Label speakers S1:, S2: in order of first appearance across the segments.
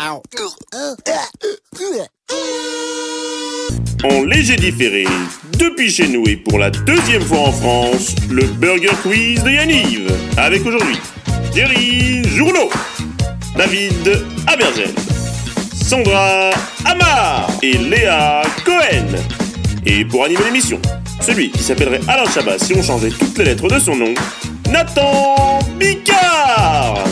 S1: Ow.
S2: En léger différé, depuis chez nous et pour la deuxième fois en France, le Burger Quiz de Yaniv. Avec aujourd'hui Thierry Journeau, David Abergel, Sandra Amar et Léa Cohen. Et pour animer l'émission, celui qui s'appellerait Alain Chabat si on changeait toutes les lettres de son nom, Nathan Bicard.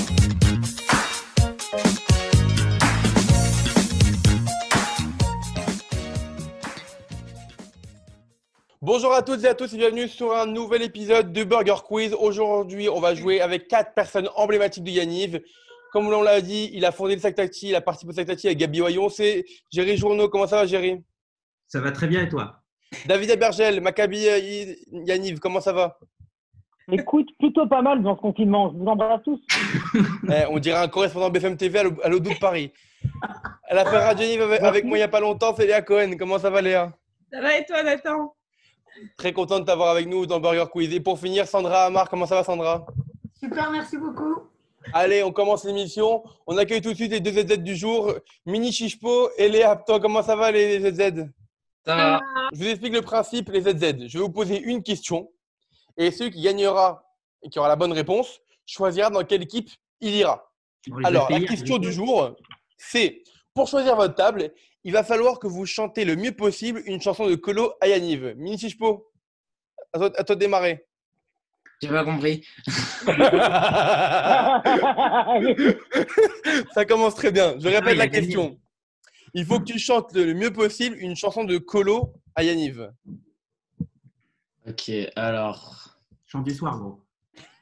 S3: Bonjour à toutes et à tous et bienvenue sur un nouvel épisode de Burger Quiz. Aujourd'hui, on va jouer avec quatre personnes emblématiques de Yaniv. Comme on l'a dit, il a fondé le Sactati, il a participé au Sactati avec Gabi Wayon. C'est Géry Journeau. Comment ça va, Géry
S4: Ça va très bien et toi
S3: David Abergel, Maccabi euh, Y- Yaniv, comment ça va
S5: Écoute, plutôt pas mal dans ce confinement. Je vous embrasse tous.
S3: Eh, On dirait un correspondant BFM TV à l'eau- à l'Odou de Paris. Elle a fait Radio Yaniv avec, avec moi il n'y a pas longtemps, c'est Léa Cohen. Comment ça va, Léa
S6: Ça va et toi, Nathan
S3: Très content de t'avoir avec nous dans Burger Quiz. Et pour finir, Sandra Amar, comment ça va, Sandra
S7: Super, merci beaucoup.
S3: Allez, on commence l'émission. On accueille tout de suite les deux ZZ du jour, Mini Chichpo et Léa Apton. Comment ça va les ZZ
S4: Ça va
S3: Je vous explique le principe, les ZZ. Je vais vous poser une question et celui qui gagnera et qui aura la bonne réponse choisira dans quelle équipe il ira.
S4: On les a
S3: Alors,
S4: fait
S3: la
S4: hier,
S3: question
S4: les
S3: du
S4: deux.
S3: jour, c'est pour choisir votre table, il va falloir que vous chantez le mieux possible une chanson de Colo à Yaniv. Mini Chichpo, à toi, à toi de démarrer.
S8: J'ai pas compris.
S3: Ça commence très bien. Je
S4: Ah,
S3: répète
S4: il
S3: la
S4: a gagné.
S3: question. Il faut que tu chantes le mieux possible une chanson de Colo à Yaniv.
S8: Ok, alors.
S4: Chant du soir, gros.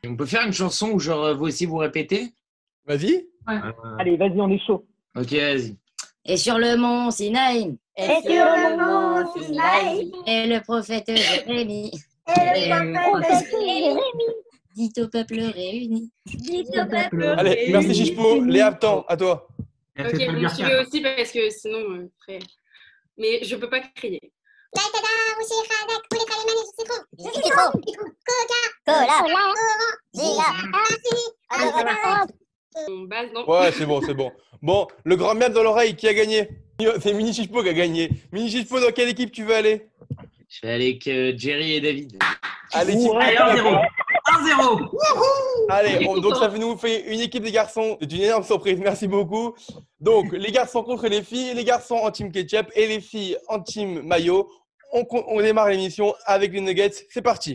S8: On peut faire une chanson où, genre, vous aussi vous répétez
S3: Vas-y.
S4: Euh,
S5: Allez, vas-y, on est chaud.
S8: Ok, vas-y.
S9: Et sur le mont Sinaï,
S7: Et sur le mont Sinaï,
S9: et le prophète Jérémie
S7: et le prophète Jérémie,
S9: dit au peuple réuni.
S7: dit au peuple
S3: Allez, merci Chichpo. Léa, temps, à toi.
S4: elle
S6: Ok,
S4: fait
S6: je
S4: pas le
S6: me
S4: burqa.
S6: suis aussi parce que sinon, euh, après. Mais je peux pas crier.
S7: Cola,
S6: On base,
S4: Oh.
S6: non
S3: Ouais, c'est bon, c'est bon. Bon, le grand miam dans l'oreille, qui a gagné C'est Mini Chichpo qui a gagné. Mini Chichpo, dans quelle équipe tu veux aller
S8: Je vais aller avec euh, Jerry et David.
S3: Allez, Chichpo.
S4: Allez, 1-0 1-0
S3: Allez, on-
S6: Il est
S3: donc
S6: content.
S3: ça fait- nous fait une équipe des garçons. C'est une énorme surprise, merci beaucoup. Donc, les garçons contre les filles, les garçons en team ketchup et les filles en team maillot. On, con- on démarre l'émission avec les nuggets. C'est parti.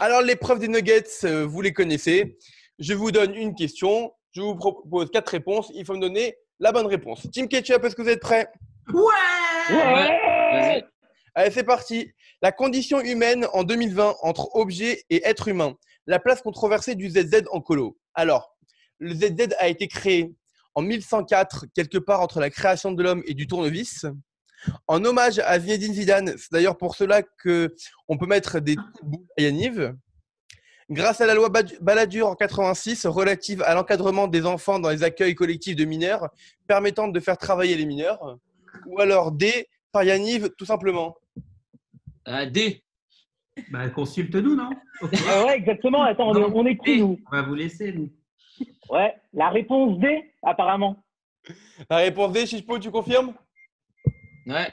S3: Alors, l'épreuve des nuggets, euh, vous les connaissez. Je vous donne une question. Je vous propose quatre réponses. Il faut me donner la bonne réponse. Team ketchup, est-ce que vous êtes prêts
S8: Vas-y.
S3: Allez, c'est parti. La condition humaine en 2020 entre objet et être humain. La place controversée du ZZ en colo. Alors, le ZZ a été créé en 1104, quelque part entre la création de l'homme et du tournevis. En hommage à Zinedine Zidane, c'est d'ailleurs pour cela que on peut mettre des boules à Yaniv. Grâce à la loi Bad- Balladur en 86 relative à l'encadrement des enfants dans les accueils collectifs de mineurs, permettant de faire travailler les mineurs. Ou alors D, par Yaniv, tout simplement.
S8: Ah, D.
S4: Bah, consulte-nous, non Ok.
S5: Ah ouais, exactement. Attends, on est, on est qui, nous
S4: On va vous laisser, nous.
S5: Ouais, la réponse D, apparemment.
S3: La réponse D, Chichpo, tu confirmes
S8: Ouais.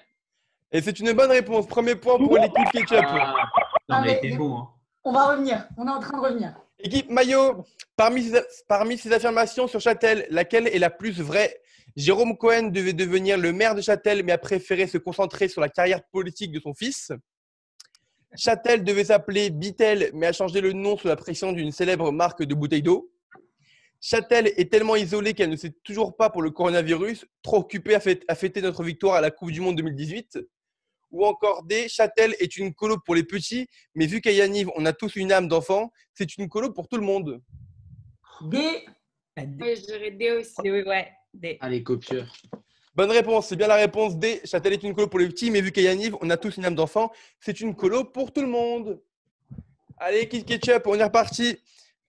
S3: Et c'est une bonne réponse. Premier point pour l'équipe Ketchup.
S8: Ah,
S4: On a été bon, hein.
S7: On va revenir, on est en train de revenir.
S3: Équipe Maillot, parmi, ces- parmi ces affirmations sur Châtel, laquelle est la plus vraie Jérôme Cohen devait devenir le maire de Châtel, mais a préféré se concentrer sur la carrière politique de son fils. Châtel devait s'appeler Bitel, mais a changé le nom sous la pression d'une célèbre marque de bouteilles d'eau. Châtel est tellement isolée qu'elle ne sait toujours pas pour le coronavirus, trop occupée à, fête- à fêter notre victoire à la Coupe du Monde 2018. Ou encore D, Châtel est une colo pour les petits, mais vu qu'à Yaniv, on a tous une âme d'enfant, c'est une colo pour tout le monde.
S7: Des
S6: Ouais, je dirais D aussi.
S10: Oui, ouais. Des...
S8: Ah, les copieurs.
S3: Bonne réponse, c'est bien la réponse D. Châtel est une colo pour les petits, mais vu qu'à Yaniv, on a tous une âme d'enfant, c'est une colo pour tout le monde. Allez, Kit Ketchup, on est reparti.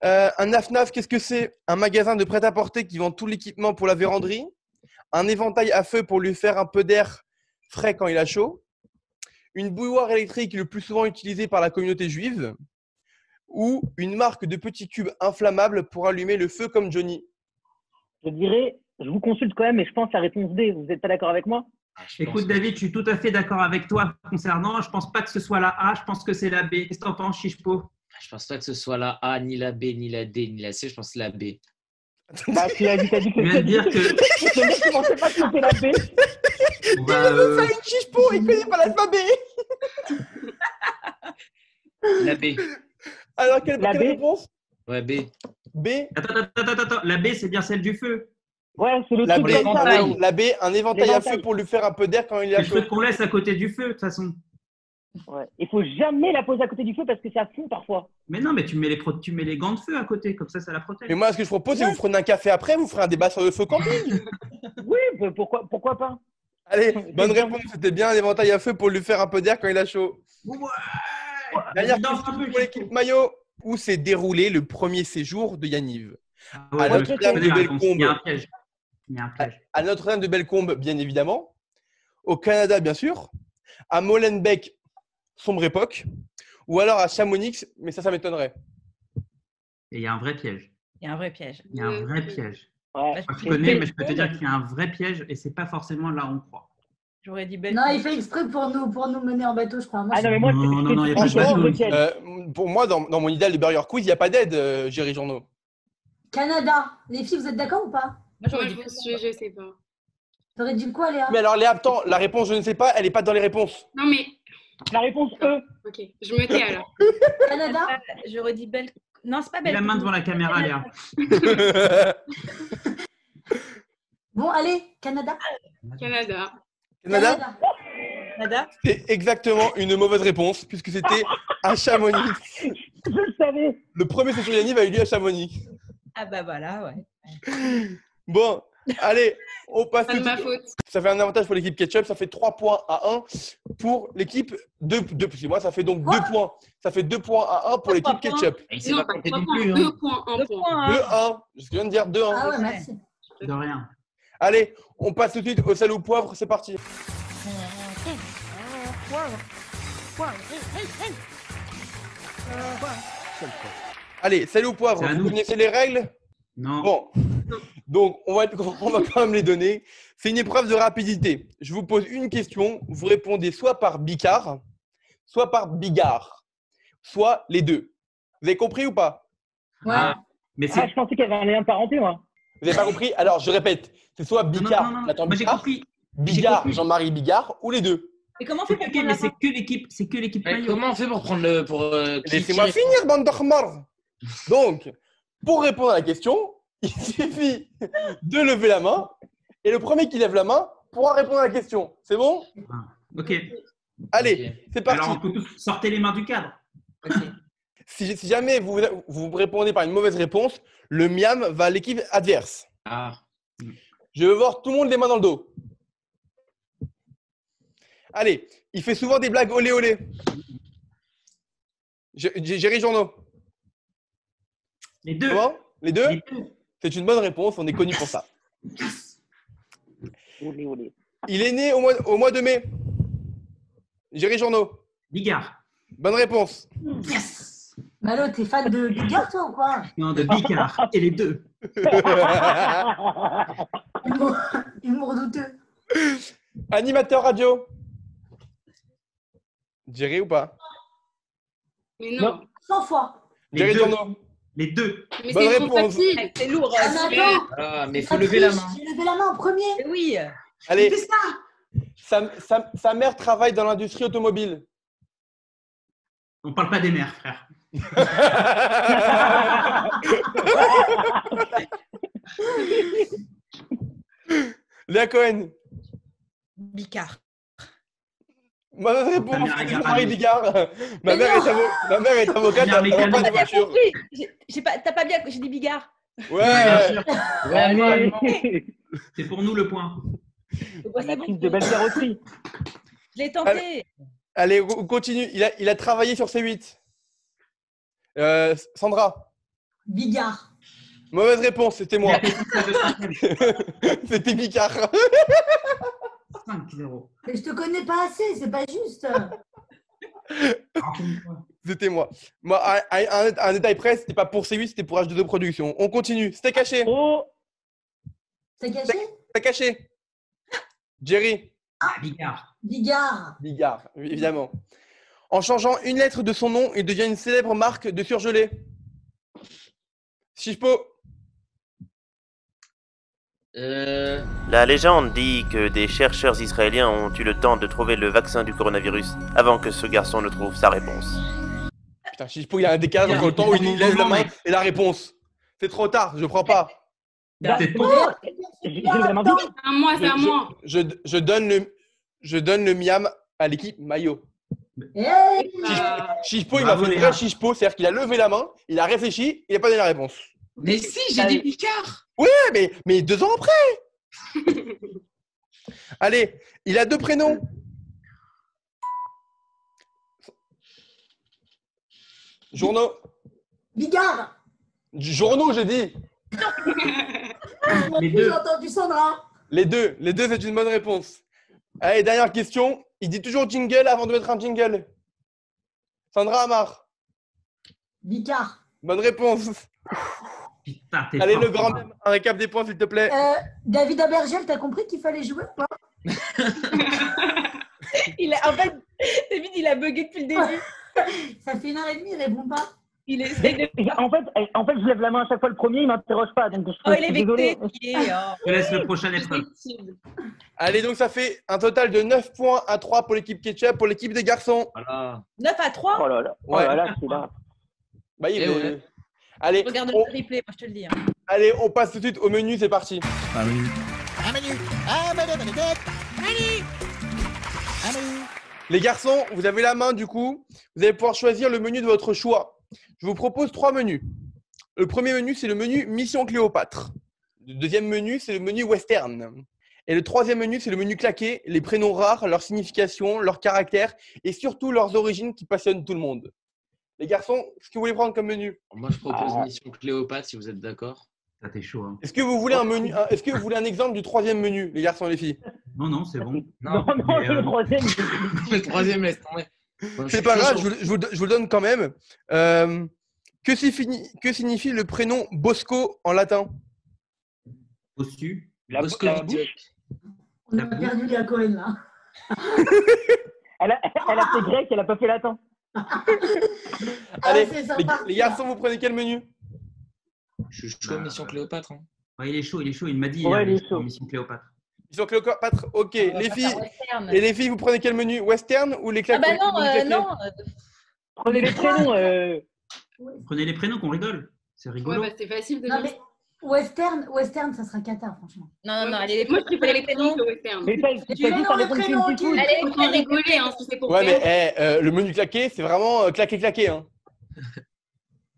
S3: Euh, un AFNAF, qu'est-ce que c'est Un magasin de prêt-à-porter qui vend tout l'équipement pour la véranderie. Un éventail à feu pour lui faire un peu d'air frais quand il a chaud. Une bouilloire électrique le plus souvent utilisée par la communauté juive. ou une marque de petits cubes inflammables pour allumer le feu comme Johnny
S5: Je dirais, je vous consulte quand même, mais je pense à réponse D. Vous n'êtes pas d'accord avec moi
S8: Ah, je pense
S4: Écoute,
S8: que-
S4: David, je suis tout à fait d'accord avec toi concernant. Je pense pas que ce soit la A, je pense que c'est la B. Qu'est-ce que t'en penses, Chichepo
S8: Je pense pas que ce soit la A, ni la B, ni la D, ni la C. Je pense que la B.
S5: Bah, tu as dit, t'as dit que
S4: Tu viens de dire que.
S5: Le mec commençait pas à se la paix.
S4: on va, euh,
S3: Chichepot, il connaît pas l'alphabet
S8: La B.
S3: Alors, quelle,
S5: La
S3: quelle
S5: B.
S3: réponse
S8: Ouais, B.
S3: B
S4: Attends, attends, attends, attends, attends. La B, c'est bien celle du feu.
S5: Ouais, c'est le
S3: la B,
S5: truc
S4: les
S5: comme ça.
S4: éventails.
S3: un- la B, un éventail à
S5: L'éventail.
S3: feu pour lui faire un peu d'air quand il
S4: C'est
S3: a
S4: le
S3: chaud.
S4: truc qu'on laisse à côté du feu, de toute façon.
S5: Ouais. Il faut jamais la poser à côté du feu parce que ça fond parfois.
S4: Mais non, mais tu mets les, pro- tu mets les gants de feu à côté, comme ça, ça la
S3: Mais
S4: protège.
S3: moi, ce que je propose, c'est que vous prenez un café après, vous ferez un débat sur le feu camping.
S5: Oui, bah, pourquoi, pourquoi pas
S3: Allez, bonne réponse, c'était bien un éventail à feu pour lui faire un peu d'air quand il a chaud.
S4: Ouais.
S3: Dernière
S4: Danse
S3: question
S4: un peu,
S3: pour l'équipe maillot. Où s'est déroulé le premier séjour de Yanniv
S4: Ah ouais,
S3: À
S4: ouais,
S3: Notre-Dame
S4: je connais la
S3: de
S4: réponse.
S3: Bellecombe.
S4: Il y a un piège. Il y a un piège.
S3: À Notre-Dame-de-Bellecombe, bien évidemment. Au Canada, bien sûr. À Molenbeek, sombre époque. Ou alors à Chamonix, mais ça, ça m'étonnerait.
S4: Et il y a un vrai piège.
S1: Il y a un vrai piège.
S4: Il y a un vrai piège.
S5: Ouais.
S4: Moi, je Ah, connais, mais je peux te dire qu'il y a un vrai piège et c'est pas forcément là où on croit.
S1: J'aurais dit belle.
S7: Non, il fait exprès pour nous, pour nous mener en bateau, je crois. Moi,
S5: Ah non, mais moi,
S4: Non,
S5: c'est-
S4: non,
S5: c'est-
S4: non, il y a pas
S3: de
S5: c'est vraiment
S4: bateau.
S5: le piège.
S3: Euh, pour moi, dans, dans mon idéal de Burger Quiz, il n'y a pas d'aide, euh, Jerry Journaux.
S7: Canada. Les filles, vous êtes d'accord ou pas
S1: Moi,
S6: Moi,
S1: j'aurais
S6: je,
S1: dit
S6: je, je sais pas.
S7: T'aurais dit quoi, Léa
S3: Mais alors, Léa, attends, la réponse, je ne sais pas, elle n'est pas dans les réponses.
S6: Non, mais
S5: La réponse E.
S6: ok, je me tais alors.
S7: Canada
S1: J'aurais dit belle. Non, c'est pas
S4: Mets
S1: belle.
S4: la main devant la caméra, Léa.
S3: Canada
S7: Bon, allez, Canada.
S6: Canada.
S1: Canada.
S3: C'est exactement une mauvaise réponse, puisque c'était à Chamonix.
S5: Je le savais.
S3: Le premier séjour Yanniv a eu lieu à Chamonix.
S1: Ah bah voilà, ouais.
S3: Bon, allez, on passe
S6: Pas
S3: tout
S6: de
S3: de
S6: ma
S3: suite.
S6: faute.
S3: Ça fait un avantage pour l'équipe Ketchup, ça fait 3 points à 1 pour l'équipe 2 deux, moi ça fait donc
S7: Quoi
S3: 2 points. Ça fait 2 points à 1 pour
S1: Trois
S3: l'équipe
S1: points.
S3: Ketchup.
S8: Ah, Il s'est
S6: Non,
S8: pas
S6: pas
S8: compté
S6: trois
S8: non
S6: points,
S8: plus. hein.
S6: deux points, un
S1: Deux
S6: point.
S1: points, hein.
S3: 2-1, je viens de dire 2-1.
S7: Ah ouais, merci.
S4: De rien.
S3: Allez, on passe tout de suite au sel ou poivre, c'est parti. Allez, sel ou poivre,
S4: C'est à
S3: vous
S4: nous.
S3: connaissez les règles
S4: Non.
S3: Bon, donc on va, on va quand même les donner. C'est une épreuve de rapidité. Je vous pose une question, vous répondez soit par bicard, soit par bigard, soit les deux. Vous avez compris ou pas
S7: Ouais.
S4: Ah, mais c'est.
S5: Ah, je pensais qu'il y avait un lien de parenté, moi.
S3: Vous n'avez pas compris Alors je répète, c'est soit
S4: Non, non,
S3: bicard,
S4: non, non,
S3: Nathan
S4: Moi, j'ai
S3: Bicard,
S4: compris.
S3: bigard,
S4: compris.
S3: Jean-Marie Bigard, ou les deux.
S1: Mais comment
S4: C'est
S1: faut
S4: ok,
S1: qu'on prenne
S4: mais
S1: la
S4: c'est que l'équipe, c'est que l'équipe
S8: Ouais,
S4: maillot.
S8: comment on fait pour prendre le. Pour, euh, qui-
S3: Laissez-moi
S8: qui-
S3: finir, bande de remards. Donc, pour répondre à la question, il suffit de lever la main et le premier qui lève la main pourra répondre à la question. C'est bon
S4: Ok.
S3: Allez,
S8: Ok.
S3: c'est parti.
S4: Alors, on peut tous- sortez les mains du cadre.
S3: Si, si jamais vous, vous répondez par une mauvaise réponse, le miam va à l'équipe adverse.
S8: Ah,
S3: Je veux voir tout le monde les mains dans le dos. Allez, il fait souvent des blagues olé olé. Je- J- Jerry Journaux.
S4: Les deux.
S3: Comment Les deux
S4: Les deux.
S3: C'est une bonne réponse, on est connu pour ça.
S5: Olé, olé.
S3: Il est né au mois, au mois de mai. Jerry Journaux.
S4: Bigard.
S3: Bonne réponse.
S4: Yes.
S7: Malo, t'es fan de Bigard, toi, ou quoi
S4: Non, de Bicard. Et les deux.
S7: Humour- Humour douteux.
S3: Animateur radio. Jerry ou pas
S6: Mais non,
S7: 100 fois.
S4: Les
S3: Jerry
S4: deux.
S3: Journaux.
S4: Les deux.
S6: mais
S3: Bonne
S6: c'est trop
S3: réponse.
S6: facile.
S1: C'est lourd.
S7: Ah, mais attends,
S8: Ah, mais
S7: c'est
S8: faut
S7: pas
S8: lever la
S7: triche,
S8: main.
S7: J'ai levé la main en premier.
S1: Mais oui.
S3: Allez,
S4: C'est ça.
S3: sa, sa- sa mère travaille dans l'industrie automobile.
S4: On parle pas des mères, frère.
S3: Léa Cohen.
S1: Bicard.
S3: Mauvaise
S4: Ta
S3: réponse.
S4: mère a
S3: Marie
S4: gardé.
S3: Bigard. Ma mère, est avo- ma mère est avocate,
S4: Ta
S3: elle
S4: mère
S3: ne pas
S4: mécano.
S3: de
S1: T'as
S3: voiture.
S1: compris J'ai- j'ai pas- T'as pas bien j'ai dit Bigard.
S3: Ouais.
S4: Bien sûr.
S5: Allez.
S4: C'est pour nous le point.
S1: Je vois
S5: La
S1: ça bon.
S5: prise de belle carrosserie.
S1: Je l'ai tenté.
S3: Allez, on on continue. Il a, il a travaillé sur C8. Euh, Sandra,
S7: Bigard.
S3: mauvaise réponse, c'était
S4: Il
S3: moi.
S4: a fait tout ça de
S3: c'était Bicard.
S4: 5-0.
S7: Mais je te connais pas assez, c'est pas juste.
S4: Raconte-moi.
S3: C'était moi. Moi, à- à- à un, à un détail près, c'était pas pour C8, c'était pour H2O Production. On continue. C'était caché.
S5: Oh,
S7: T'as caché
S3: C'était caché. Jerry.
S4: Ah, Bigard.
S7: Bigard.
S3: Bigard, oui, évidemment. En changeant une lettre de son nom, il devient une célèbre marque de surgelé. Si je peux.
S8: Euh,
S10: La légende dit que des chercheurs israéliens ont eu le temps de trouver le vaccin du coronavirus avant que ce garçon ne trouve sa réponse.
S3: Putain, si je peux, il y a un décalage entre le temps où il lève la main et la réponse. C'est trop tard, je prends pas.
S7: Bah,
S4: Peut-être
S7: oh,
S4: pas.
S5: j'ai j'ai vraiment dit.
S6: C'est à moi, c'est à
S3: Je-
S6: moi.
S3: Je, je donne, le, je donne le miam à l'équipe Mayo.
S7: hey,
S6: Bah,
S3: Chichpo, il m'a
S4: Bravo,
S3: fait une
S4: Léa.
S3: vraie chichpo, c'est-à-dire qu'il a levé la main, il a réfléchi, il n'a pas donné la réponse.
S8: Mais si, j'ai dit Bicard
S3: Eh, mais, mais deux ans après Allez, il a deux prénoms. Journaux.
S7: Bigard.
S3: Journaux, j'ai dit.
S7: Moi
S4: Les
S7: aussi,
S4: deux.
S7: J'ai entendu Sandra.
S3: Les deux. Les deux, c'est une bonne réponse. Allez, dernière question. Il dit toujours jingle avant de mettre un jingle. Sandra Amar.
S7: Bicard.
S3: Bonne réponse.
S4: Putain, t'es
S3: Allez,
S4: fort.
S3: le grand même. Un récap des points, s'il te plaît.
S7: Euh, David Abergel, t'as compris qu'il fallait jouer ou pas
S1: Il a, en fait, David, il a bugué depuis le début.
S7: Ça fait une heure et demie, il répond pas.
S1: Il essaie de.
S5: En fait, en fait, je lève la main à chaque fois le premier, il m'interroge pas. Donc je,
S1: Oh, il
S5: je
S1: est
S5: suis désolé.
S1: vexé. Il est, oh.
S4: Je te laisse le prochain épreuve.
S6: détective.
S3: Allez, donc ça fait un total de 9 points à 3 pour l'équipe Ketchup, pour l'équipe des garçons.
S8: Voilà.
S1: 9 à 3.
S5: Oh là là, oh
S3: Ouais.
S5: là là, c'est là.
S3: Bah, il
S8: Eh
S3: mais-
S8: ouais.
S3: Allez,
S1: Regarde
S3: on-
S1: le replay, moi je te le dis. hein.
S3: allez, on passe tout de suite au menu, c'est parti. Les garçons, vous avez la main du coup. Vous allez pouvoir choisir le menu de votre choix. Je vous propose trois menus. Le premier menu, c'est le menu Mission Cléopâtre. Le deuxième menu, c'est le menu Western. Et le troisième menu, c'est le menu claqué, les prénoms rares, leur signification, leur caractère et surtout leurs origines qui passionnent tout le monde. Les garçons, ce que vous voulez prendre comme menu
S8: Moi, je propose
S5: Ah.
S8: Mission Cléopâtre, si vous êtes d'accord.
S4: Ça, t'es chaud. hein.
S3: Est-ce que vous voulez un menu un- Est-ce que vous voulez un exemple du troisième menu, les garçons et les filles
S4: Non, non, c'est bon.
S5: Non, non,
S4: mais,
S5: le
S4: euh,
S5: troisième.
S8: le troisième, laisse tomber. Moi, je
S3: C'est
S8: suis
S3: pas
S8: chaud
S3: grave, je
S8: sur-
S3: vous, je vous le- je vous le donne quand même. Euh, que, signifie, que signifie le prénom Bosco en latin
S4: Bossu.
S5: La,
S8: Bosco
S5: la
S8: Vidic.
S5: bouche,
S7: On a perdu Léa Cohen là.
S5: elle a, elle a fait grec, elle a pas fait latin.
S7: Ah,
S3: Allez,
S7: c'est
S3: les,
S7: sympa.
S3: les garçons, vous prenez quel menu
S8: Je suis chaud,
S4: Bah,
S8: Mission
S4: euh,
S8: Cléopâtre. hein.
S4: Ouais, il est chaud, il est chaud. Il m'a dit.
S5: Ouais,
S4: hein,
S5: il est chaud.
S4: Mission Cléopâtre.
S3: Ils ont Cléopâtre, ok.
S1: On va
S3: les
S1: Ah, pas
S3: filles,
S1: faire western.
S3: et les filles, vous prenez quel menu Western ou les
S1: Ah
S3: claquettes
S1: bah non, euh, non. euh,
S5: Prenez les prénoms. euh,
S4: Prenez les prénoms qu'on rigole. C'est
S6: Ouais,
S4: rigolo.
S6: bah, c'est facile de
S7: Non
S6: dire.
S7: mais western, western, ça sera Qatar franchement.
S1: Non, non, non, allez, les
S6: Moi, je préfère les prénoms
S1: prénoms.
S6: que western.
S5: Mais t'as t'as
S1: Tu
S5: dit
S1: mets
S5: par
S7: dans le
S5: répondre
S7: prénom
S5: une
S7: qui-
S5: petite
S1: Allez,
S6: Autant
S1: les prénoms.
S6: rigoler, hein, si c'est pour
S3: Ouais,
S6: faire.
S3: mais eh, euh, le menu claqué, c'est vraiment claqué-claqué. Hein.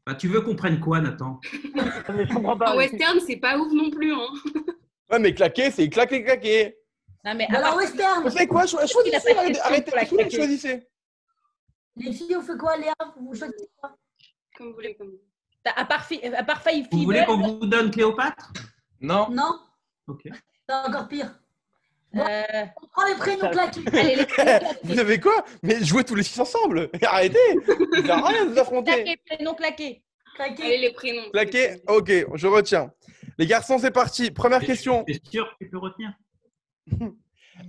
S4: Bah, tu veux qu'on prenne quoi, Nathan
S5: Je comprends
S6: En
S5: pas.
S6: western, c'est pas ouf non plus. Hein.
S3: Ouais, mais claqué, c'est claqué-claqué.
S1: Non, mais à
S7: Ou alors
S1: part-
S3: Vous
S7: western.
S3: savez quoi cho- Choisissez,
S1: pas de
S3: arrêtez,
S1: question
S3: arrêtez,
S1: pour la
S3: tous les
S1: claquer.
S3: choisissez.
S7: Les filles, on fait quoi Léa Vous choisissez quoi
S6: Comme vous voulez. Comme... vous voulez.
S1: à part, fi- à part Five
S4: Vous voulez
S1: Fever,
S4: qu'on vous donne Cléopâtre
S8: Non
S7: Non,
S4: Ok.
S7: c'est encore pire.
S1: euh,
S7: On prend les prénoms claqués.
S1: allez, les
S3: Vous
S1: prénoms
S3: savez quoi Mais jouez tous les six ensemble. Arrêtez. Ça sert à rien de vous affronter.
S1: claqués. Prénoms claqués.
S6: Allez,
S7: Claqués.
S6: les prénoms.
S3: Claqué, ok, je retiens. Les garçons, c'est parti. Première question.
S4: T'es sûr que tu peux retenir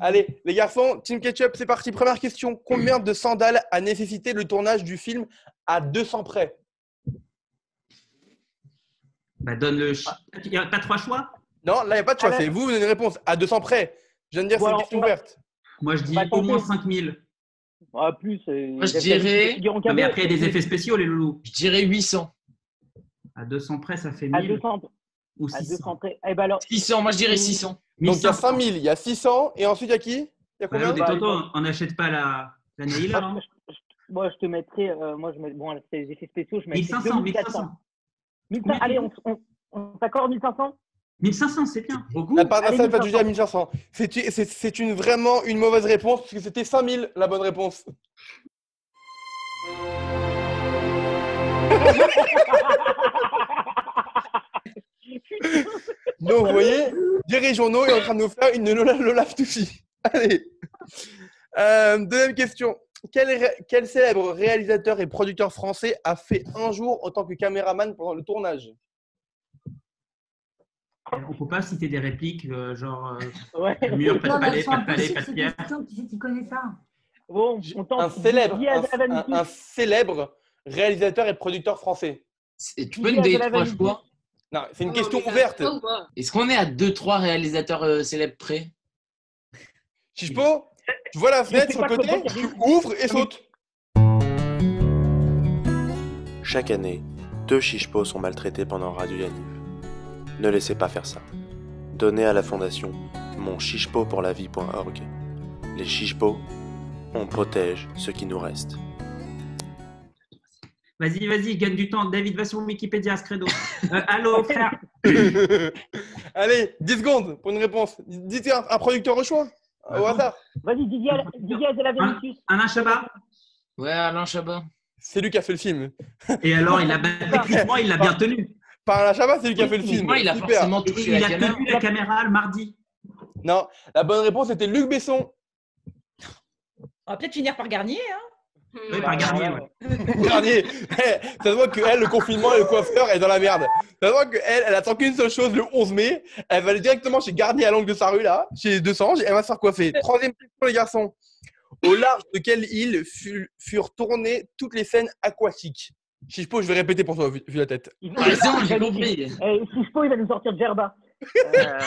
S3: Allez, les garçons, Team Ketchup, c'est parti. Première question. Combien de sandales a nécessité le tournage du film à 200 près
S4: Bah, donne le. ch- Il n'y a pas trois choix
S3: Non, là, il n'y a pas de choix.
S5: Ah, là-
S3: C'est vous, vous donnez une réponse. À 200 près. Je viens de dire, c'est
S5: Voilà,
S3: une question
S5: on va-
S3: ouverte.
S4: Moi, je dis
S5: Bah,
S4: au
S5: tentez.
S4: moins 5000.
S5: Ah, plus. euh,
S8: Moi, je
S5: il y a-
S8: dirais-
S5: il y a- il y a-
S4: Non, mais après, il y a des effets spéciaux, les loulous.
S8: Je dirais 800.
S4: À 200 près, ça fait
S5: À
S4: 1000
S5: 200,
S4: ou
S5: à
S4: 600.
S5: 200 près. Eh ben alors,
S8: 600, moi je dirais 600.
S3: Donc, il y a
S4: 1500.
S3: 5000, il y a 600, et ensuite, il y a qui Il y a
S4: Ah Bah,
S3: combien
S4: des tontons, on n'achète pas la, la Naïla. hein.
S5: moi, je- je- moi, je te mettrais. euh, moi, je mets, bon, c'est les effets spéciaux. Je mets
S4: 1500,
S5: 1400.
S4: 1500.
S5: 1500. Allez, on, on, on s'accorde 1500
S4: 1500, c'est bien. Beaucoup.
S3: La part d'un
S5: Allez,
S3: seul, pas
S5: 1500.
S3: du tout à 1500. C'est- C'est c'est une, vraiment une mauvaise réponse, parce que c'était 5000 la bonne réponse. Donc, vous voyez, Jerry Journaux est en train de nous faire une Lola Lola Touchy. Allez. Euh, deuxième question. Quel, ré- quel célèbre réalisateur et producteur français a fait un jour en tant que caméraman pendant le tournage
S4: Eh, On peut pas citer des répliques, euh, genre euh,
S5: Ouais.
S4: mur, pas
S7: Non,
S4: de
S7: mais
S4: palais,
S7: elles sont
S4: pas de palais,
S7: impossibles,
S4: pas de
S7: ces
S4: pierre.
S7: questions. Qui c'est qui connaît ça
S5: Bon, on tente.
S3: Un célèbre,
S5: Guy
S3: un,
S5: Azanavicius.
S3: un- un célèbre réalisateur et producteur français.
S8: C'est- Tu peux
S5: Guy
S8: nous donner trois
S5: Azanavicius.
S8: choix
S3: Non, c'est une
S6: Non,
S3: question
S6: mais ça-
S3: ouverte.
S6: Oh, wow.
S8: Est-ce qu'on est à deux, trois réalisateurs euh, célèbres près
S3: Chispo, tu vois la fenêtre
S5: sais
S3: sur le
S5: pas
S3: côté,
S5: comment
S3: tu ouvres et sautes.
S10: Chaque année, deux chichepos sont maltraités pendant Radio Yaniv. Ne laissez pas faire ça. Donnez à la fondation monchichepourlavie.org. Les chichepos, on protège ce qui nous reste.
S4: Vas-y, vas-y, gagne du temps. David, va sur Wikipédia, ce credo. Euh, allô, frère.
S3: Allez, 10 secondes pour une réponse. Dites un, un producteur au choix,
S8: Ah
S3: au
S4: Attends.
S3: hasard.
S5: Vas-y, Didier,
S4: Hein
S5: Didier Azanavicius.
S4: Alain Chabat.
S8: Ouais, Alain Chabat.
S3: C'est lui qui a fait le film.
S4: Et alors, il a techniquement, il l'a bien tenu.
S3: Par la Chabat, c'est lui qui a fait le
S8: Pour
S3: film.
S8: moi, il a
S3: Super.
S8: forcément
S4: Et
S8: touché
S4: il
S8: la
S4: a
S8: caméra.
S4: tenu la caméra le mardi.
S3: Non, la bonne réponse était Luc Besson.
S1: On va peut-être finir par Garnier. Hein.
S4: Oui,
S6: Hmm.
S4: par Garnier, ouais.
S3: Dernier. Eh, ça se voit que elle, le confinement et le coiffeur est dans la merde. Ça se voit que elle, elle attend qu'une seule chose le 11 mai. Elle va aller directement chez Garnier à l'angle de sa rue là, chez 200, et elle va se faire coiffer. Troisième question les garçons. Au large de quelle île fu- furent tournées toutes les scènes aquatiques Chispo, je vais répéter pour toi vu, vu la tête.
S5: Il-
S8: Ouais, c'est bon, j'ai compris.
S5: Eh, Chispo, il va nous sortir Gerba. Euh,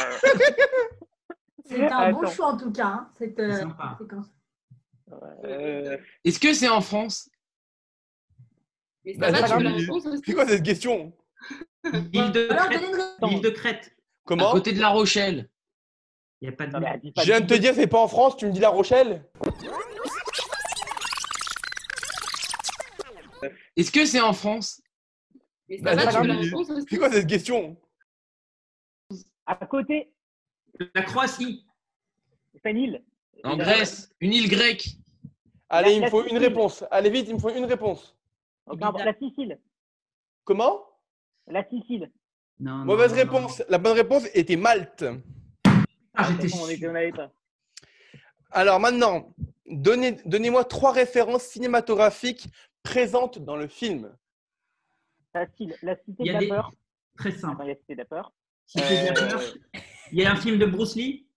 S7: C'est un bon
S5: Attends.
S7: choix en tout cas. hein, cette, euh,
S4: C'est sympa.
S7: séquence.
S5: euh,
S8: Est-ce que c'est en France
S6: Mais ça
S3: Bah,
S6: va,
S3: c'est
S6: tu veux la
S3: grave.
S6: réponse aussi
S3: C'est quoi cette question
S4: L'île de
S7: Alors,
S4: Crète.
S7: donnez une réponse.
S4: L'île de Crète.
S8: À
S3: Comment
S8: côté de La Rochelle.
S4: Il n'y a pas de.
S5: non, mais elle dit pas
S3: Je viens de te
S5: Didier.
S3: dire c'est pas en France, tu me dis La Rochelle
S8: Est-ce que c'est en France
S6: Mais
S3: Bah,
S6: ça
S3: c'est
S6: va, tu veux la
S3: grave.
S6: réponse aussi
S3: C'est quoi cette question
S5: À côté,
S4: La Croatie.
S5: c'est une île.
S8: En Grèce Une île grecque
S3: Allez, il
S5: La-
S3: me
S5: la
S3: faut une
S5: Sicile.
S3: réponse. Allez vite, il me faut une réponse.
S5: Non, Oh, la Sicile.
S3: Comment
S5: La Sicile.
S4: Non, non,
S3: Mauvaise
S4: non,
S3: réponse. La bonne réponse était Malte.
S4: non. Ah, j'étais
S5: On était-
S4: sûr.
S5: on avait pas.
S3: Alors maintenant, donnez- donnez-moi trois références cinématographiques présentes dans le film.
S5: La Sicile. La cité
S4: Il y
S5: de
S4: a
S5: la
S4: des.
S5: peur.
S4: Très
S5: Enfin,
S4: simple.
S5: la cité de la peur.
S4: Si c'est de la peur.
S5: Euh,
S4: Il y a un film de Bruce Lee.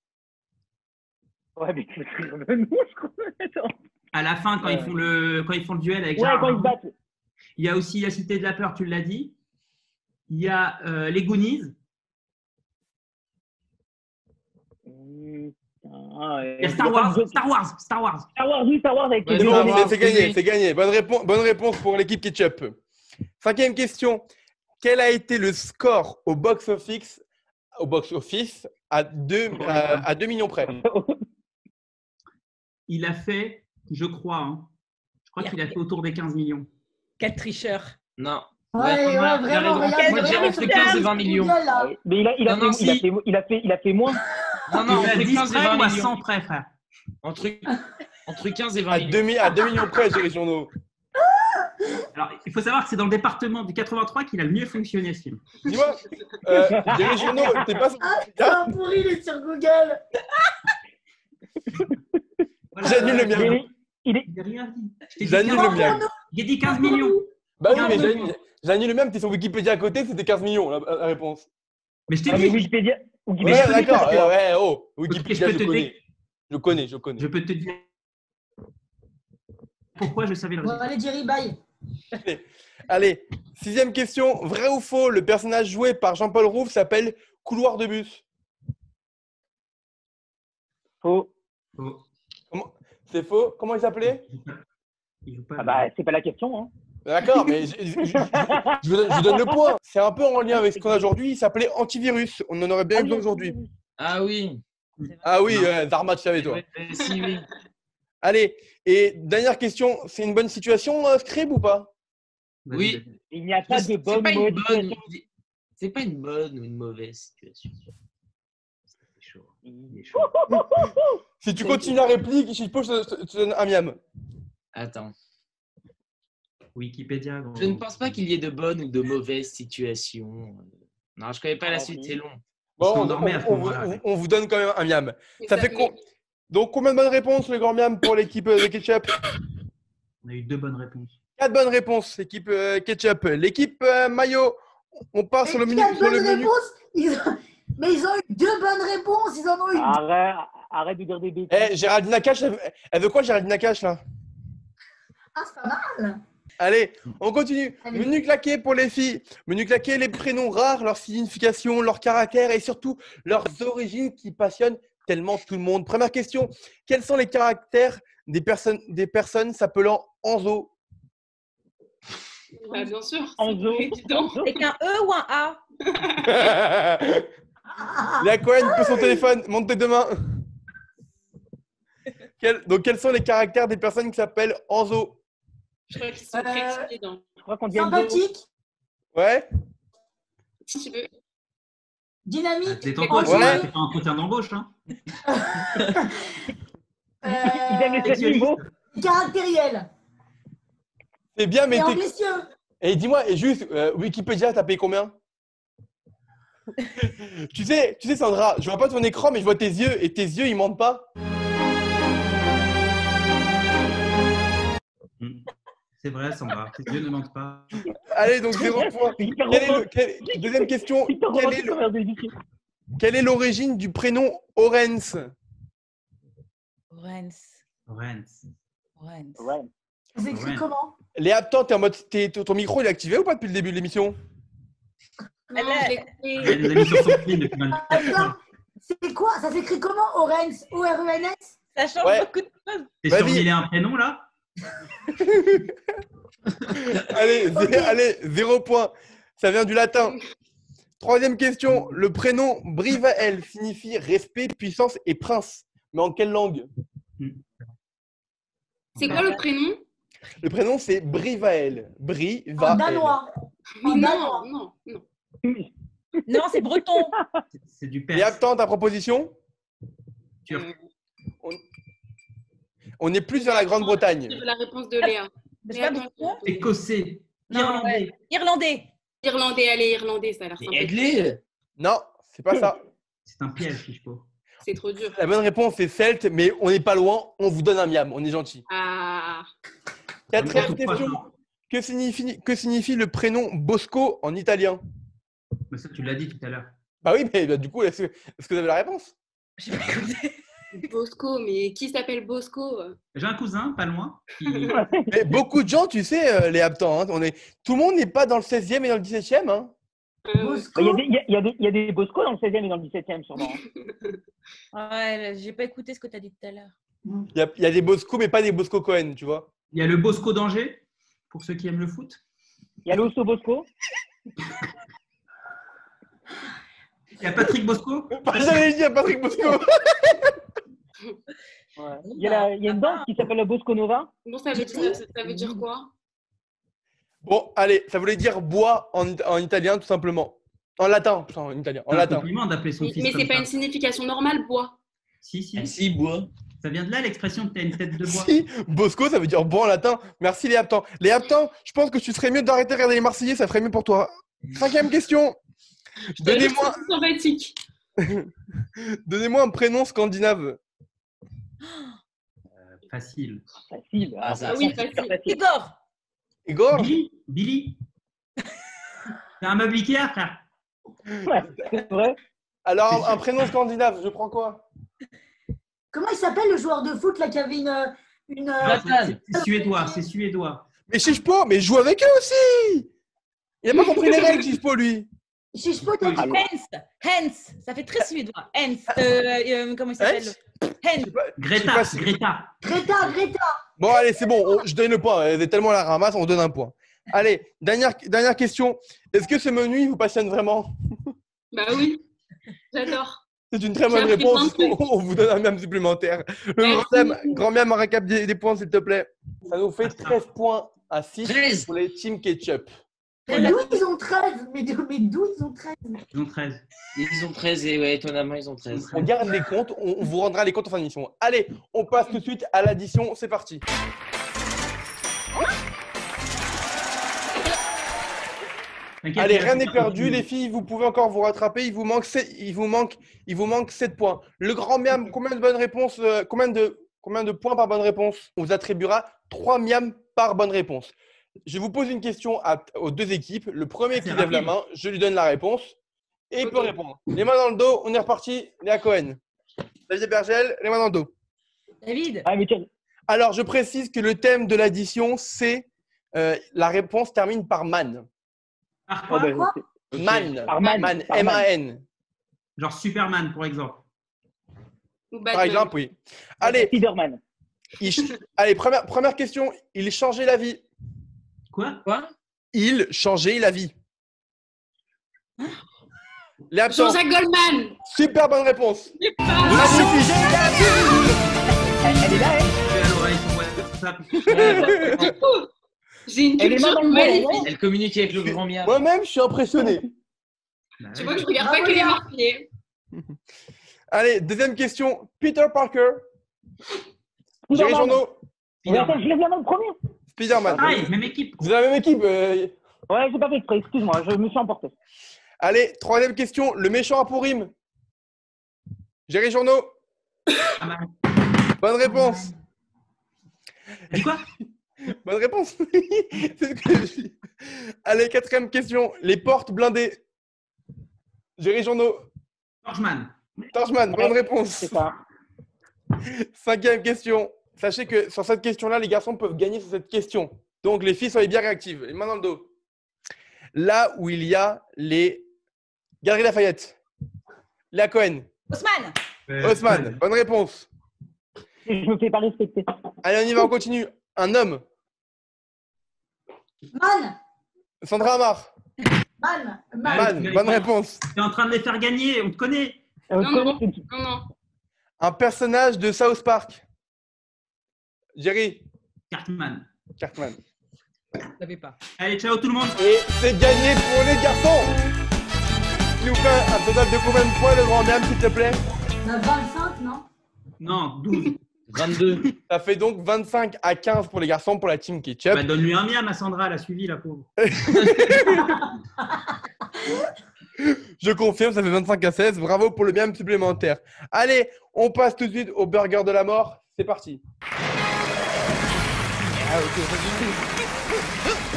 S5: Ouais, mais tu veux rire de nous, je crois. Attends.
S4: À la fin, quand,
S5: Ouais.
S4: ils, font le, quand ils font le duel avec
S5: Ouais,
S4: Gérard
S5: quand ils se
S4: Darmon.
S5: battent.
S4: Il y a aussi La Cité de la Peur, tu l'as dit. Il y a euh, Les Goonies.
S5: Hum, ah, euh,
S4: Il y a Star Wars. Star Wars. Star Wars.
S5: Star Wars, oui, Star Wars avec
S8: Ouais,
S5: les
S3: C'est
S8: Star
S3: bon,
S8: Wars,
S3: c'est- c'est gagné,
S8: oui.
S3: c'est gagné. Bonne réponse, bonne réponse pour l'équipe Ketchup. Cinquième question. Quel a été le score au box-office au box office à 2 à, à deux millions près
S4: Il a fait, je crois, hein, je crois
S1: Il a
S4: qu'il a fait autour des 15 millions.
S1: Quel tricheur.
S8: Non.
S7: Ouais, ouais,
S8: on a- on a
S7: vraiment,
S8: raison.
S7: regarde,
S8: Moi, j'ai
S7: regarde
S8: entre
S7: sur
S8: 15 et 20
S7: Google,
S8: millions.
S7: là.
S5: Mais il a, il, a
S8: Non, non,
S5: fait, il, a
S8: si.
S5: fait, il, a fait, il a fait moins.
S8: Non, non,
S4: il a
S8: entre
S4: 10
S8: 15 et
S4: près ou
S8: 20
S4: à
S8: millions.
S4: 100 près, frère.
S8: Entre, entre 15 et
S3: à
S8: 20 millions.
S3: 2, mi- à 2 millions près, Géry Journaux.
S4: Alors, il faut savoir que c'est dans le département du 83 qu'il a le mieux fonctionné ce film.
S3: Dis-moi, euh, Géry Journaux, t'es pas
S7: Ah, pourri, il est sur Google.
S4: Voilà.
S3: J'annule le mien.
S5: Mais il- il est,
S4: Il a rien dit. Je t'ai dit
S3: J'annule le
S4: 15
S3: mien.
S4: J'ai dit 15 millions.
S3: Bah oui,
S4: Non,
S3: mais
S4: non,
S3: j'annule-
S4: non.
S3: j'annule le même, t'es sur Wikipédia à côté, c'était 15 millions la, la réponse.
S4: Mais je t'ai
S5: ah, mais
S4: dit,
S5: Wikipédia.
S4: Mais
S3: ouais,
S5: Wikipédia
S4: je connais
S3: d'accord,
S4: parce que-
S3: ouais, ouais, oh,
S4: je
S3: Wikipédia,
S4: peux
S3: je
S4: te
S3: connais. Je connais, je connais.
S4: je peux te dire pourquoi je savais le
S7: Bon,
S4: résultat.
S7: allez, Jerry, bye.
S3: Allez, sixième question. Vrai ou faux, le personnage joué par Jean-Paul Rouve s'appelle Couloir de bus.
S5: Faux.
S4: Oh,
S3: C'est faux Comment il s'appelait
S4: il joue pas.
S5: Ah bah, c'est pas la question. Hein.
S3: D'accord, mais je, je- je- je vous donne- je vous donne le point. C'est un peu en lien avec ce qu'on a aujourd'hui. Il s'appelait Antivirus. On en aurait bien eu besoin aujourd'hui.
S8: Ah oui.
S3: Ah oui,
S8: Non.
S3: euh, Zarma, tu savais, toi.
S8: Ouais, ouais, si, oui.
S3: Allez, et dernière question. C'est une bonne situation, euh, Scrib, ou pas
S4: Vas-y,
S8: oui.
S4: vas-y.
S5: Il n'y a pas de
S8: C'est
S5: bonne
S8: pas
S5: ou
S8: une
S5: mauvaise
S8: bonne.
S5: situation.
S8: C'est pas une bonne ou une mauvaise situation. C'est chaud. Il est chaud.
S3: Si tu continues la réplique, je suppose que je te- je te donne un miam.
S8: Attends.
S4: Wikipédia. gros.
S8: Je ne pense pas qu'il y ait de bonne ou de mauvaise situation. Non, je connais pas la
S5: Ah
S8: suite,
S5: oui.
S8: c'est long.
S3: Bon,
S4: Ils sont
S3: on,
S4: dormés à ce
S3: on- on-
S4: moment-là,
S3: on-
S4: ouais.
S3: on vous donne quand même un miam.
S6: Mais
S3: Ça fait
S6: mais-
S3: quoi Donc, combien de bonnes réponses, le grand miam, pour l'équipe euh, de Ketchup
S4: On a eu deux bonnes réponses.
S3: Quatre bonnes réponses, équipe euh, ketchup. L'équipe euh, maillot, on part sur le menu.
S7: Quatre
S3: sur le
S7: bonnes
S3: menu.
S7: réponses, ils ont- Mais ils ont eu deux bonnes réponses, ils en ont eu
S5: Ah. Arrête, arrête de dire des bêtises.
S3: Eh, Géraldine Nakache, elle, veut- elle veut quoi, Géraldine Nakache, là
S7: Ah, c'est pas mal.
S3: Allez, on continue.
S7: Allez.
S3: Menu claqué pour les filles. Menu claqué, les prénoms rares, leur signification, leur caractère et surtout leurs origines qui passionnent tellement tout le monde. Première question, quels sont les caractères des personnes des personnes s'appelant Anzo
S6: Bah, bien sûr. c'est
S5: Enzo.
S6: évident.
S5: Enzo.
S1: C'est qu'un E ou un A
S3: La Cohen peut son téléphone, monte tes deux mains. Quel- donc, quels sont les caractères des personnes qui s'appellent Anzo
S6: Je crois qu'ils sont très
S7: Euh,
S6: évidents.
S5: Je crois qu'on dit Enzo.
S7: Sympathique,
S3: Ouais
S6: Si tu veux.
S4: Ah,
S7: dynamique,
S4: Détends-toi,
S3: Ouais.
S4: c'est pas un entretien d'embauche. Hein.
S5: Ils aiment les
S7: euh,
S5: sept niveaux.
S7: caractériel
S3: C'est bien, mais.
S7: et
S3: t'es-
S7: ambitieux.
S3: Et dis-moi, et juste, euh, Wikipédia, t'as payé combien tu, sais, tu sais, Sandra, je vois pas ton écran, mais je vois tes yeux, et tes yeux, ils mentent pas.
S4: C'est vrai, Sandra. Dieu ne ment pas.
S3: Allez, donc zéro point.
S5: Ils te
S3: Quel est le-
S5: remontent-
S3: quel- Deuxième question,
S5: ils te
S3: quel est
S5: remontent
S3: le-
S5: au travers du lycée.
S3: quelle est l'origine du prénom Orens
S1: Orens.
S4: Rennes.
S1: Orens.
S5: Ouais.
S7: Vous écrivez
S4: Ouais.
S7: comment
S3: Léa, attends, t'es en mode, t'es- ton ton micro, il est activé ou pas depuis le début de l'émission
S6: Non,
S1: Elle
S6: je l'ai coupé.
S4: Elle nous a mis sur son fil depuis mal.
S6: Ah,
S7: Attends, Ah, C'est quoi Ça s'écrit comment Orens O-R-E-N-S
S1: Ça change
S3: Ouais.
S1: beaucoup de choses.
S4: T'es
S3: Vas-y.
S4: sûr qu'il a un prénom là
S3: Allez, zé-
S7: Ok.
S3: allez, zéro point. Ça vient du latin. Troisième question. Le prénom Brivael signifie respect, puissance et prince. Mais en quelle langue
S6: C'est quoi le prénom
S3: Le prénom, c'est Brivael.
S7: En
S3: Brivael.
S7: danois.
S6: Mais
S7: En
S6: non,
S7: danois.
S6: non, non.
S1: Non, c'est breton.
S4: C'est- C'est du
S3: Et
S4: perse.
S3: attends, ta proposition
S4: Turc.
S6: Euh,
S3: On est plus vers la
S6: je
S3: Grande-Bretagne.
S6: veux la réponse de Léa.
S1: C'est
S6: Léa,
S1: pas
S6: attends,
S1: breton.
S4: Écossais.
S1: Non,
S4: Irlandais.
S1: Irlandais.
S6: Irlandais, allez, irlandais, ça a l'air
S8: Mais
S6: sympa.
S8: aide-les
S3: Non, c'est pas ça.
S4: C'est un piège, si je peux.
S6: C'est trop dur.
S3: La bonne réponse, c'est celte, mais on n'est pas loin. On vous donne un miam. On est gentil.
S6: Ah,
S3: Quatrième
S4: N'importe quoi,
S3: question.
S4: non.
S3: Que signifie, que signifie le prénom Bosco en italien
S4: Mais ça, tu l'as dit tout à l'heure.
S3: Bah oui, mais bah, du coup, est-ce que, est-ce que vous avez la réponse
S1: J'ai pas écouté.
S6: Bosco, mais qui s'appelle Bosco
S4: J'ai un cousin, pas loin, qui,
S3: Mais beaucoup de gens, tu sais, euh, les habitants, hein, on est... tout le monde n'est pas dans le 16e et dans le 17e. Hein.
S6: Euh,
S7: Moscou.
S5: Il y a des- il y a- il y a des- il y a des Bosco dans le 16e et dans le 17e, sûrement.
S1: Ouais, j'ai pas écouté ce que t'as dit tout à l'heure.
S3: Il, y a, il y a des Bosco, mais pas des Bosco Cohen, tu vois.
S4: il y a le Bosco d'Angers, pour ceux qui aiment le foot.
S5: Il y a l'Osso Bosco.
S4: Il y a Patrick Bosco.
S3: J'allais dire Patrick Bosco.
S5: Il y a la- il y a une danse qui s'appelle la Bosco Nova.
S6: Bon, ça veut dire, ça veut dire quoi
S3: Bon, allez, ça voulait dire bois en, it- en italien, tout simplement. En latin, putain, en italien, en
S4: C'est un
S3: latin.
S4: compliment d'appeler son
S6: Mais,
S4: fils
S6: mais c'est
S4: comme
S6: pas une
S4: ça.
S6: signification normale, bois.
S4: Si, si.
S8: Ah, Si, bois.
S4: Ça vient de là l'expression que t'as une tête de bois.
S3: Si, Bosco, ça veut dire bois en latin. Merci les habitants. Les habitants, je pense que tu serais mieux d'arrêter de regarder les Marseillais, ça ferait mieux pour toi. Cinquième question. Donnez-moi
S6: C'est sympathique.
S3: donnez un prénom scandinave.
S4: Facile.
S5: Facile.
S8: Ah, ça,
S6: Ah oui,
S8: ça, c'est
S6: facile.
S8: facile.
S1: Igor.
S3: Igor
S4: Billy Billy C'est un meuble Ikea, frère.
S5: Ouais, c'est vrai.
S3: Alors, un prénom scandinave, je prends quoi
S7: Comment il s'appelle le joueur de foot là qui avait une. une
S4: Ah,
S7: euh,
S4: c'est- c'est- C'est suédois, c'est suédois.
S3: Mais Chichpo, mais joue avec eux aussi Il a pas compris les règles, Chichpo, lui.
S7: Chichpo, t'as dit
S5: Allô
S1: Hens. Hens. Ça fait très suédois. Hens. Euh, euh, comment il s'appelle
S3: Hens
S1: Hens.
S4: Greta,
S3: Je sais pas si-
S4: Greta.
S7: Greta, Greta.
S3: Bon, allez, c'est bon, on- je donne le point. Elle est tellement à la ramasse, on donne un point. Allez, dernière, dernière question. Est-ce que ce menu il vous passionne vraiment
S6: Bah oui, j'adore.
S3: C'est une très
S6: J'ai
S3: bonne
S6: appris plein de
S3: réponse.
S6: trucs.
S3: On vous donne un miam supplémentaire. Le
S6: Merci.
S3: grand miam, grand miam, un récap des, des points, s'il te plaît. Ça nous fait 13 points à 6
S8: 13
S3: pour les Team Ketchup.
S7: Mais d'où ils ont 13 Mais d'où mais d'où ils ont 13
S4: Ils ont 13.
S8: Ils ont 13 et ouais, étonnamment, ils ont 13.
S3: On garde les comptes, on on vous rendra les comptes en fin d'émission. Allez, on passe tout de suite à l'addition, c'est parti.
S4: T'inquiète,
S3: Allez,
S4: Léa,
S3: rien
S4: c'est
S3: n'est
S4: pas
S3: perdu,
S4: grave.
S3: les filles, vous pouvez encore vous rattraper, il vous manque 7, il vous manque, il vous manque 7 points. Le grand miam, combien de bonnes réponses, euh, combien de Combien de points par bonne réponse On vous attribuera 3 miams par bonne réponse. Je vous pose une question à- aux deux équipes. Le premier qui
S4: C'est
S3: lève la
S4: rapide.
S3: main, je lui donne la réponse et il
S6: Ok.
S3: peut répondre. Les mains dans le dos, on est reparti. Léa Cohen. David Bergel, les mains dans le dos.
S1: David
S5: Ah, mais tu-
S3: Alors, je précise que le thème de l'addition, c'est euh, la réponse termine par man.
S4: Par
S5: oh,
S4: quoi
S5: ben, c'est-
S8: Ok.
S3: Man.
S5: Par man.
S3: Man.
S5: Par man.
S3: M-A-N.
S4: Genre Superman, pour exemple.
S6: Ou
S3: Par
S6: Batman.
S3: exemple, oui.
S5: Ah,
S3: Allez,
S5: Spider-Man.
S3: il ch- Allez première, première question. Il changeait la vie.
S4: Quoi
S1: Quoi
S3: Il changeait la vie. Léa Absent.
S6: Jean-Jacques Goldman.
S3: Super bonne réponse.
S5: Elle, elle est là, elle.
S4: Je vais à l'oreille sur WhatsApp.
S6: J'ai une
S5: Elle est
S6: culture
S5: dans le
S6: magnifique.
S5: monde.
S8: Elle communique avec le grand Mia.
S3: Moi-même, je suis impressionné.
S6: Tu vois que je regarde pas que les marqués.
S3: Allez, deuxième question. Peter Parker. Jerry
S5: Spider-Man.
S3: Journaux.
S5: Mais attends, je l'ai bien dans le premier.
S3: Spider-Man.
S4: Pareil, Bah, Ah, même équipe.
S3: Vous avez la même équipe. euh,
S5: Ouais, j'ai pas fait exprès. Excuse-moi, je me suis emporté.
S3: Allez, troisième question. Le méchant à pour rime. Jerry Journaux.
S4: Pas mal.
S3: Bonne réponse.
S4: Dis quoi
S3: Bonne réponse. C'est ce que je dis. Allez, quatrième question. Les portes blindées. Jerry Journaux.
S4: Torchman.
S3: Torchman, bonne
S5: Ouais,
S3: réponse.
S5: C'est ça.
S3: Cinquième question. Sachez que sur cette question-là, les garçons peuvent gagner sur cette question. Donc, les filles, soyez bien réactives. Les mains dans le dos. Là où il y a les Galeries Lafayette, la Cohen,
S1: Haussmann
S4: Euh.
S3: Euh, Haussmann, bonne réponse.
S5: Je me fais pas respecter.
S3: Allez, on y va, on continue. Un homme,
S7: Man,
S3: Sandra Amar,
S7: man, man.
S4: Man.
S3: Man, bonne réponse.
S4: T'es en train de les faire gagner, on te connaît.
S5: Euh,
S6: Non,
S5: comment
S6: non.
S5: tu dis
S6: Non, non.
S3: Un personnage de South Park, Jerry
S4: Cartman.
S3: Cartman.
S1: Je savais pas.
S4: Allez, ciao tout le monde.
S3: Et c'est gagné pour les garçons. Tu nous fais un total de combien de points, le grand dame, s'il te plaît
S7: On a 25, Euh, non
S4: Non, 12.
S8: 22.
S3: Ça fait donc 25 à 15 pour les garçons pour la team Ketchup.
S4: Bah, Donne-lui un miam à Sandra, elle a suivi la pauvre.
S3: Je confirme, ça fait 25 à 16. Bravo pour le bien supplémentaire. Allez, on passe tout de suite au burger de la mort. C'est parti. Ah, ok, ça suffit.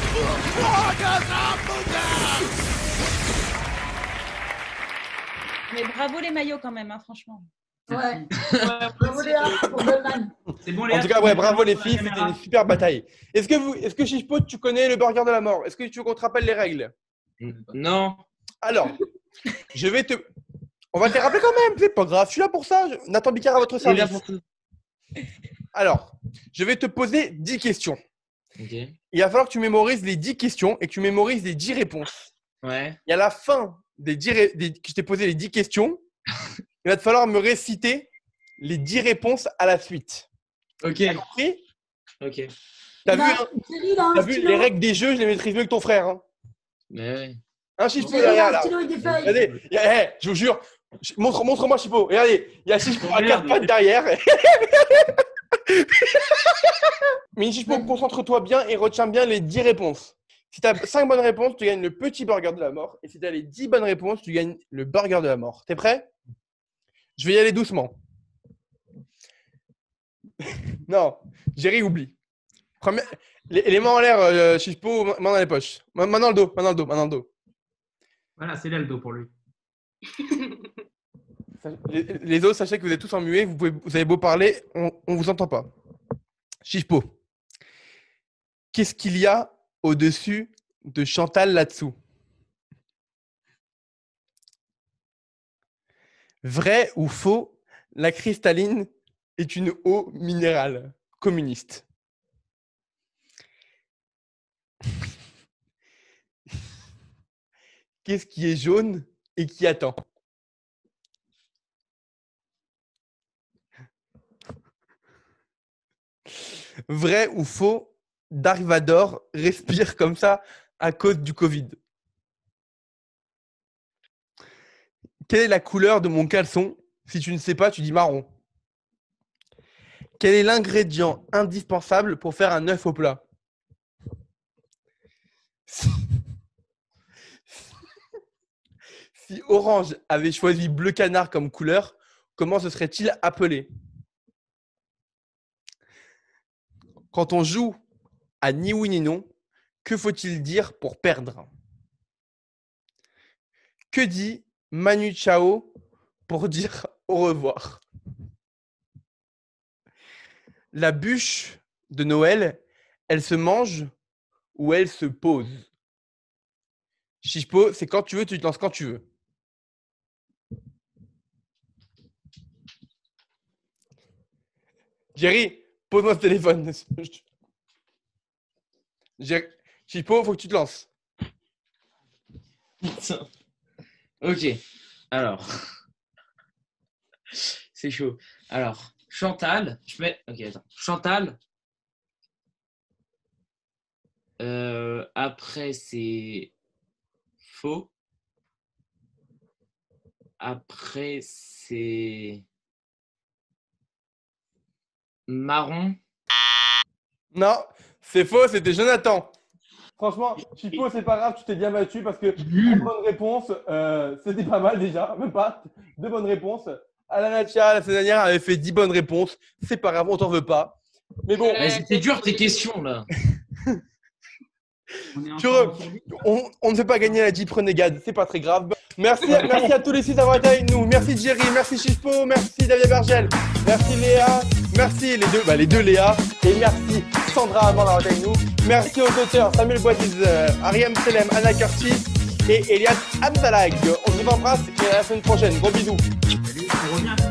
S1: Mais bravo les maillots quand même, hein, franchement.
S7: Ouais. Bravo Léa pour Goldman.
S4: C'est bon,
S3: En tout cas, ouais, bravo les filles, c'était une super bataille. Est-ce que vous, est-ce que Chichepot, tu connais le burger de la mort Est-ce que tu veux qu'on te rappelle les règles
S8: Non.
S3: Alors, je vais te, on va te les rappeler quand même. C'est pas grave, je suis là pour ça. Je- Nathan Bicard à votre
S8: C'est
S3: service.
S8: là pour tout.
S3: Alors, je vais te poser 10 questions.
S8: Ok.
S3: Il va falloir que tu mémorises les 10 questions et que tu mémorises les 10 réponses.
S8: Ouais.
S3: Et à la fin des 10 ré- des- que je t'ai posé les 10 questions, il va te falloir me réciter les 10 réponses à la suite.
S8: Ok.
S3: T'as compris
S8: Ok.
S3: T'as vu,
S7: Là,
S3: hein
S7: Thierry, il a un
S3: T'as vu
S7: stylo.
S3: les règles des jeux, je les maîtrise mieux que ton frère. Hein,
S8: Mais Bah ouais.
S3: Hein, Chichepo,
S7: Thierry, il a
S3: derrière
S7: un
S3: là.
S7: stylo et des feuilles.
S3: Regardez, il y a- hey, Eh, je vous jure. je- Montre, montre-moi Chipo. Regardez, il y a Chipo à
S4: Merde.
S3: quatre pattes derrière. Mais Chipo, concentre-toi bien et retiens bien les 10 réponses. Si tu as 5 bonnes réponses, tu gagnes le petit burger de la mort. Et si tu as les 10 bonnes réponses, tu gagnes le burger de la mort. T'es prêt Je vais y aller doucement. non, Jerry oublie. Premi- Les, les mains en l'air, euh, Chipo, main dans les poches. Main main dans le dos, main dans le dos, main dans le dos.
S4: Voilà, c'est là le dos pour lui.
S3: Les, les autres, sachez que vous êtes tous en muet, vous, pouvez, vous avez beau parler, on ne vous entend pas. Chichepo. Qu'est-ce qu'il y a au-dessus de Chantal là-dessous Vrai ou faux, la cristalline est une eau minérale communiste. Qu'est-ce qui est jaune et qui attend Vrai ou faux, Darvador respire comme ça à cause du Covid. Quelle est la couleur de mon caleçon Si tu ne sais pas, tu dis marron. Quel est l'ingrédient indispensable pour faire un œuf au plat si... si Orange avait choisi bleu canard comme couleur, comment se serait-il appelé Quand on joue à ni oui ni non, que faut-il dire pour perdre Que dit Manu Chao pour dire au revoir La bûche de Noël, elle se mange ou elle se pose Chichepo, c'est quand tu veux, tu te lances quand tu veux. Jerry, pose-moi ce téléphone. Jerry, Chipo, faut que tu te lances.
S8: Putain. Ok. Alors. C'est chaud. Alors, Chantal. Je mets. Ok, attends. Chantal. Euh, après, c'est faux. Après, c'est marron.
S3: Non, c'est faux, c'était Jonathan. Franchement, Chipo, c'est pas grave, tu t'es bien battu parce que trois bonnes réponses, euh, c'était pas mal déjà, même pas. Deux bonnes réponses. Alain Natia, la semaine dernière, avait fait dix bonnes réponses. C'est pas grave, on t'en veut pas. Mais bon,
S8: Ouais, C'était dur tes questions là.
S4: On est
S3: Tu
S4: encore
S3: re-
S4: en survie.
S3: on, on ne fait pas gagner la Jeep Renegade, c'est pas très grave. Merci, à- merci à tous les six d'avoir été avec nous. Merci Jerry, merci Chispo, merci David Bergel, merci Léa, merci les deux, bah, les deux Léa, et merci Sandra avant d'avoir été avec nous. Merci aux auteurs Samuel Boitiz, Ariam Selem, Anna Curtis et Elias Abdalag. On vous embrasse et à la semaine prochaine. Gros bisous.
S4: On revient.